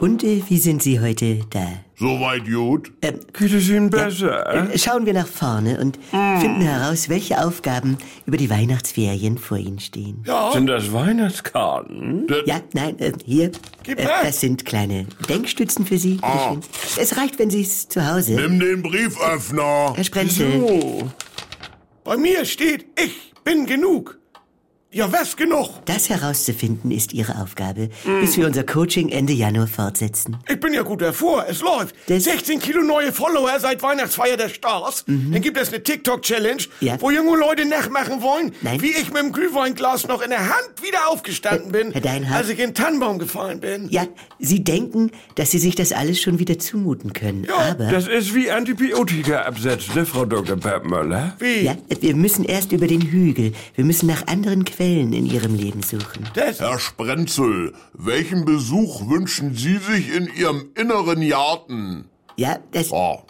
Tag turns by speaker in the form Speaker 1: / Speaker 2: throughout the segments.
Speaker 1: Und äh, wie sind Sie heute da?
Speaker 2: Soweit gut.
Speaker 1: Ähm,
Speaker 3: Geht es Ihnen besser?
Speaker 1: äh, schauen wir nach vorne und finden heraus, welche Aufgaben über die Weihnachtsferien vor Ihnen stehen.
Speaker 3: Sind das Weihnachtskarten?
Speaker 1: Ja, nein, äh, hier.
Speaker 4: Gib
Speaker 1: Äh,
Speaker 4: her.
Speaker 1: das sind kleine Denkstützen für Sie. Bitteschön. Es reicht, wenn Sie es zu Hause.
Speaker 2: Nimm den Brieföffner.
Speaker 1: Herr Sprenzel,
Speaker 4: Bei mir steht, ich bin genug. Ja, was genug?
Speaker 1: das herauszufinden ist Ihre Aufgabe, bis wir unser Coaching Ende Januar fortsetzen.
Speaker 4: Ich bin ja gut davor, es läuft.
Speaker 1: Das-
Speaker 4: 16 Kilo neue Follower seit Weihnachtsfeier der Stars. Dann gibt es eine TikTok-Challenge,
Speaker 1: Mhm. Ja.
Speaker 4: wo junge Leute nachmachen wollen,
Speaker 1: Nein.
Speaker 4: wie ich mit dem Glühweinglas noch in der Hand wieder aufgestanden bin,
Speaker 1: Herr Deinhardt?
Speaker 4: als ich in den Tannenbaum gefallen bin.
Speaker 1: Ja, Sie denken, dass Sie sich das alles schon wieder zumuten können. aber
Speaker 3: Das ist wie Antibiotika absetzen, ne, Frau Dr. Peppmöller?
Speaker 4: Wie?
Speaker 1: ja, wir müssen erst über den Hügel. Wir müssen nach anderen Quellen in Ihrem Leben suchen.
Speaker 4: Das?
Speaker 2: Herr Sprenzel, welchen Besuch wünschen Sie sich in Ihrem inneren Garten?
Speaker 1: Ja, das.
Speaker 2: Ah,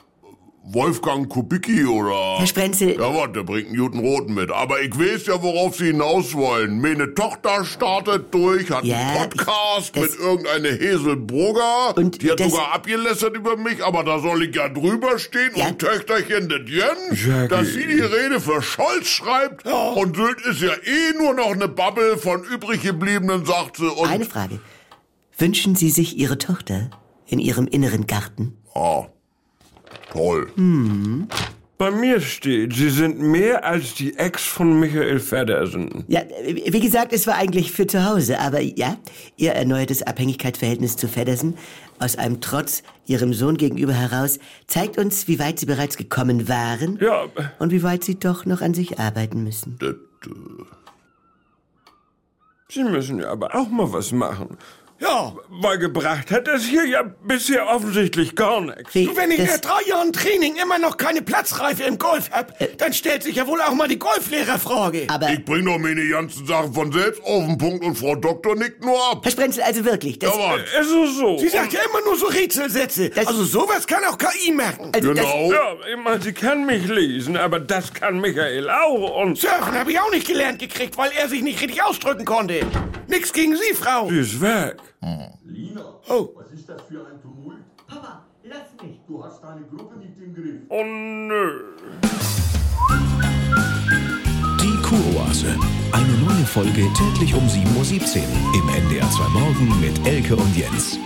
Speaker 2: Wolfgang Kubicki oder...
Speaker 1: Herr Sprenzel,
Speaker 2: Ja, warte, der bringt einen guten Roten mit. Aber ich weiß ja, worauf Sie hinaus wollen. Meine Tochter startet durch, hat
Speaker 1: Ja,
Speaker 2: einen Podcast
Speaker 1: ich- das-
Speaker 2: mit irgendeiner Heselbrugger.
Speaker 1: Und
Speaker 2: die hat
Speaker 1: das-
Speaker 2: sogar abgelästert über mich, aber da soll ich ja drüber stehen.
Speaker 1: Ja.
Speaker 2: Und Töchterchen, das Jens,
Speaker 3: Jackie.
Speaker 2: dass sie die Rede für Scholz schreibt. Und Sylt ist ja eh nur noch eine Bubble von übrig gebliebenen, sagt sie. Und
Speaker 1: eine Frage. Wünschen Sie sich Ihre Tochter in Ihrem inneren Garten?
Speaker 2: ah, toll.
Speaker 1: Hm.
Speaker 3: Bei mir steht, Sie sind mehr als die Ex von Michael Feddersen.
Speaker 1: Ja, äh, wie gesagt, es war eigentlich für zu Hause, aber ja, ihr erneuertes Abhängigkeitsverhältnis zu Feddersen aus einem Trotz ihrem Sohn gegenüber heraus zeigt uns, wie weit sie bereits gekommen waren
Speaker 3: Ja,
Speaker 1: und wie weit sie doch noch an sich arbeiten müssen.
Speaker 2: Das, äh,
Speaker 3: Sie müssen ja aber auch mal was machen.
Speaker 4: Ja.
Speaker 3: Weil gebracht hat das hier ja bisher offensichtlich gar nichts.
Speaker 1: Wie,
Speaker 4: Du, wenn ich
Speaker 1: das-
Speaker 4: nach drei Jahren Training immer noch keine Platzreife im Golf hab,
Speaker 1: Äh.
Speaker 4: dann stellt sich ja wohl auch mal die Golflehrerfrage.
Speaker 1: aber
Speaker 2: ich bring doch meine ganzen Sachen von selbst auf den Punkt und Frau Doktor nickt nur ab.
Speaker 1: Herr Sprenzel, also wirklich, das,
Speaker 2: Ja, Mann.
Speaker 3: Es ist so.
Speaker 4: Sie sagt ja immer nur so Rätselsätze.
Speaker 1: Das-
Speaker 4: also sowas kann auch KI machen.
Speaker 1: also das,
Speaker 2: Genau.
Speaker 3: Ja, ich meine, sie kann mich lesen, aber das kann Michael auch und
Speaker 4: Surfen habe ich auch nicht gelernt gekriegt, weil er sich nicht richtig ausdrücken konnte. Nix gegen Sie, Frau.
Speaker 3: sie ist weg.
Speaker 5: Lina,
Speaker 4: Oh.
Speaker 5: was ist das für ein Tumult?
Speaker 6: Papa, lass mich.
Speaker 5: Du hast deine Gruppe nicht im Griff.
Speaker 3: Oh nö.
Speaker 7: Die Kuroase. Eine neue Folge täglich um 7.17 Uhr im NDR 2 Morgen mit Elke und Jens.